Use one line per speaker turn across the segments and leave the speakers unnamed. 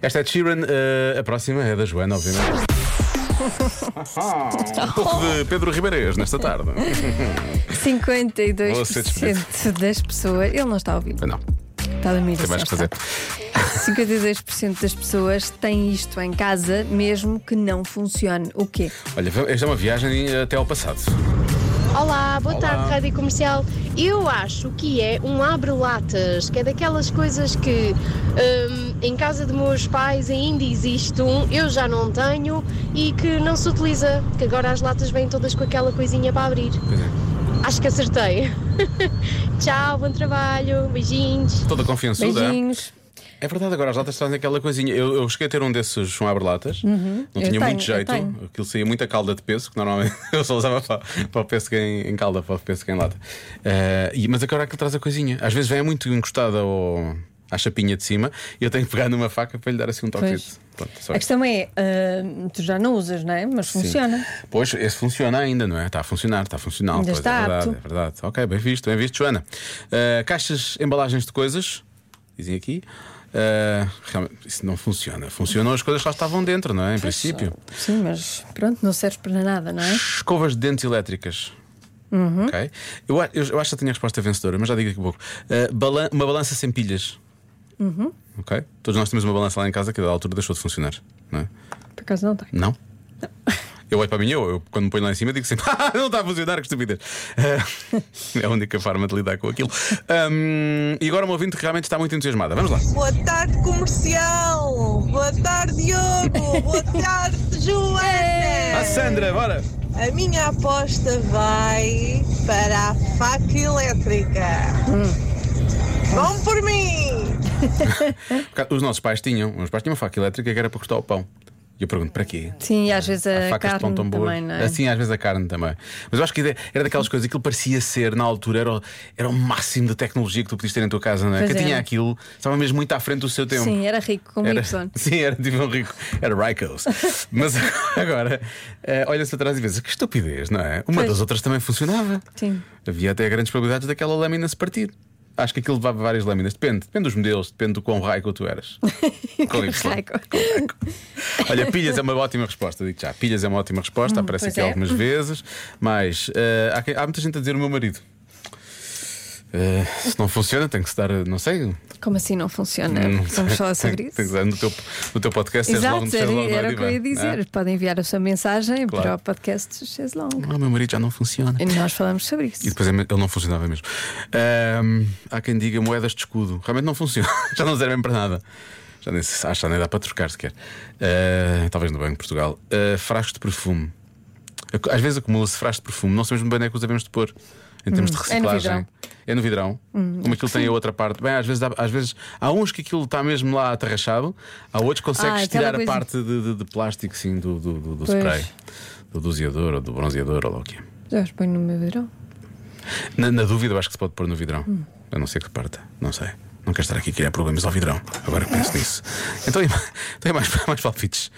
Esta é de Sheeran, eh, a próxima é da Joana, obviamente. Um pouco de Pedro Ribeirês nesta tarde.
52% das pessoas. Ele não está a ouvir,
Não,
está a dormir.
tem mais
a
que fazer.
sesta. 52% das pessoas têm isto em casa, mesmo que não funcione. O quê?
Olha, esta é uma viagem até ao passado.
Olá, boa tarde, Rádio Comercial. Eu acho que é um abre-latas, que é daquelas coisas que hum, em casa de meus pais ainda existe um, eu já não tenho e que não se utiliza, que agora as latas vêm todas com aquela coisinha para abrir.
Pois é.
Acho que acertei. Tchau, bom trabalho, beijinhos.
Toda confiançuda.
Beijinhos.
É verdade, agora as latas trazem aquela coisinha. Eu, eu cheguei a ter um desses, um abre-latas. não
Uhum. eu
tinha
tenho,
muito
eu
jeito.
tenho.
Aquilo saía muita calda de peso, que normalmente eu só usava para, para o pêssego em, em calda, para o pêssego em lata. Eh, e- mas agora aquilo traz a coisinha. Às vezes vem muito encostada ao, à chapinha de cima e eu tenho que pegar numa faca para lhe dar assim um toquezito.
Pois.
Pronto, só
A
isso.
questão é, ah, tu já não usas, não é? Mas
Sim.
funciona.
Pois, esse funciona ainda, não é? Está a funcionar, está a funcionar.
Ainda
pois,
está
é verdade,
apto.
é verdade. Ok, bem visto, bem visto, Joana. Uh, caixas, embalagens de coisas, dizem aqui. Uh, realmente, isso não funciona. Funcionam as coisas que lá estavam dentro, não é? Em princípio.
Sim, mas pronto, não serve para nada, não é?
Escovas de dentes elétricas.
Uhum.
Ok. Eu, a- eu- eu acho que já tenho a resposta vencedora, mas já digo daqui a pouco. Uh, balan- uma balança sem pilhas.
Uhum.
Ok? Todos nós temos uma balança lá em casa que a dada altura deixou de funcionar, não é?
Por acaso não tem.
Não? Eu olho para mim, eu, eu quando me ponho lá em cima digo sempre: ah, não está a funcionar, que estupidez. Eh, é a única forma de lidar com aquilo. Ahm, e agora uma ouvinte que realmente está muito entusiasmada. Vamos lá.
Boa tarde, comercial! Boa tarde, Diogo! Boa tarde,
A
Joana!
Sandra, bora!
A minha aposta vai para a faca elétrica. Vão por mim!
Porque Os nossos pais tinham, os meus pais tinham uma faca elétrica que era para cortar o pão. E eu pergunto: para quê?
Sim, e às vezes
Há
Hum, a
facas de pão
carne
tão boas.
também, não é?
Assim, às vezes a carne também. Mas eu acho que a ideia- era daquelas coisas, aquilo parecia ser, na altura, era o, era o máximo de tecnologia que tu podias ter em tua casa, não é?
Pois
Quem
era.
tinha aquilo estava mesmo muito à frente do seu tempo.
Sim, era rico, como
Era,
Y.
sim, era tipo um rico, era Rikos. Mas agora, eh, olha-se para trás e vês que estupidez, não é? Uma
Pois.
das outras também funcionava.
Sim.
Havia até grandes probabilidades daquela lâmina se partir. Acho que aquilo levava várias lâminas, depende, depende dos modelos, depende do quão raico tu eras. Com Y.
Rico.
Olha, pilhas é uma ótima resposta, digo já. Pilhas é uma ótima resposta, aparece
pois
aqui
é.
algumas vezes, mas eh, há, quem- há muita gente a dizer o meu marido. Eh, se não funciona, tem que se dar, eh, não sei,
Como assim não funciona?
Não
Vamos
sei.
falar
Hum. Tem-
sobre isso?
tem que dar no, teu, no teu podcast, seres logo no Seres
Exato, era,
Logo no
era o que eu ia
Divan,
dizer.
não é?
Podem enviar a sua mensagem
Claro.
para o podcast Chaise Longue.
Ah, meu marido já não funciona.
E nós falamos sobre isso.
E depois é ele não funcionava mesmo. Ahm, há quem diga moedas de escudo. Realmente não funciona. Já não servem para nada. Já nem, se- acho que já nem dá para trocar sequer. Ah, talvez no Banco de Portugal. Ah, frascos de perfume. Ac- Às vezes acumula-se frascos de perfume. Não sabemos muito bem onde é que os devemos de pôr. Em termos de
É no
reciclagem.
vidrão. Hum,
É no vidrão. Como aquilo tem a outra parte. Bem, às vezes, dá- às vezes há uns que aquilo está mesmo lá atarrachado. Há outros que consegues
Ah, aquela
tirar
coisa-
a parte de, de- de plástico sim, do, do, do- do
Pois.
spray. Do doseador ou do bronzeador ou lá o que é.
Já os ponho no meu verão.
Na, na dúvida, eu acho que se pode pôr no vidrão. A não ser que parta. Não sei. Não quero estar aqui a criar problemas ao vidrão. Agora que penso nisso. Então, e- então é mais, mais palpites.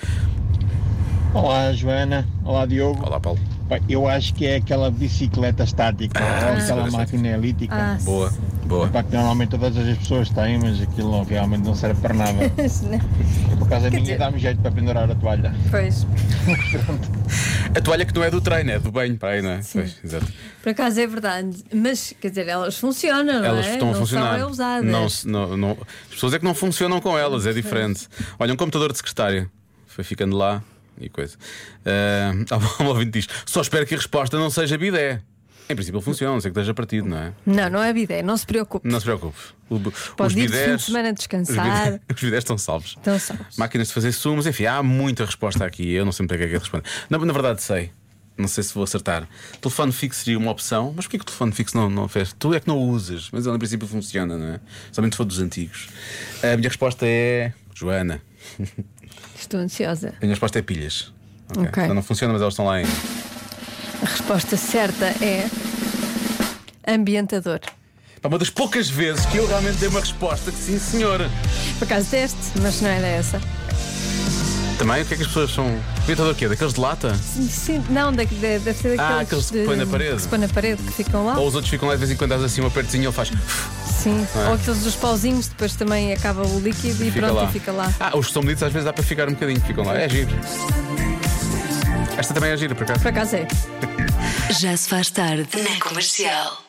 Olá Joana, olá Diogo.
Olá, Paulo.
Pá, Eu acho que é aquela bicicleta estática, ou aquela
bicicleta
máquina elítica.
Ah,
Boa, boa.
Pá, que normalmente todas as pessoas têm, mas aquilo não- realmente não serve para nada. Por causa da minha
dizer-
dá-me jeito para pendurar a toalha.
Pois.
A toalha que não é do treino, é do banho, para aí, não é? Pois, exato.
Por acaso é verdade. Mas, quer dizer, elas funcionam, não
Elas
é?
estão
não
a funcionar.
São é usadas.
Não se- não- não- As pessoas é que não funcionam com elas, é diferente. Olha, um computador de secretária. Foi ficando lá e coisa. Ah, Há um ouvinte que diz: só espero que a resposta não seja bidé. Em princípio, ele funciona, não sei que esteja partido, não é?
não, não é bidé, não se preocupe.
Não se preocupe. O-
Pode
os
ir de fim
bidés-
de semana
Os
descansar. Então-
bidés, os bidés estão salvos.
Estão salvos.
Máquinas de fazer sumos, enfim, há muita resposta aqui. Eu não sei muito bem o que é que responde. Na, na verdade, sei. Não sei se vou acertar. Telefone fixo seria uma opção, mas porquê que o telefone fixo não, não fez? Tu é que não o usas, mas ele em princípio funciona, não é? Somente se for dos antigos. A minha resposta é. Joana.
Estou ansiosa.
A minha resposta é pilhas. Ok.
Ok.
Então não funciona, mas elas estão lá ainda.
A resposta certa é. Ambientador.
Pá, Uma das poucas vezes que eu realmente dei uma resposta que sim, senhor.
é Por acaso deste, mas não era essa.
Também o que é que as pessoas são. Ventador o quê? Daqueles de lata?
Sim, não, da, da, deve ser daqueles.
Ah, aqueles que
de-
põem na parede.
Que se põe na parede, que ficam lá.
Ou os outros ficam lá de vez em quando dás assim um apertinho e ele faz.
Sim.
Ah.
Ou aqueles dos pauzinhos, depois também acaba o líquido e
Fica
pronto,
lá.
e fica lá.
Ah, os que são medidos às vezes dá para ficar um bocadinho, ficam lá. É giro. Esta também é gira, por acaso.
Por acaso é.
Já se faz tarde na comercial.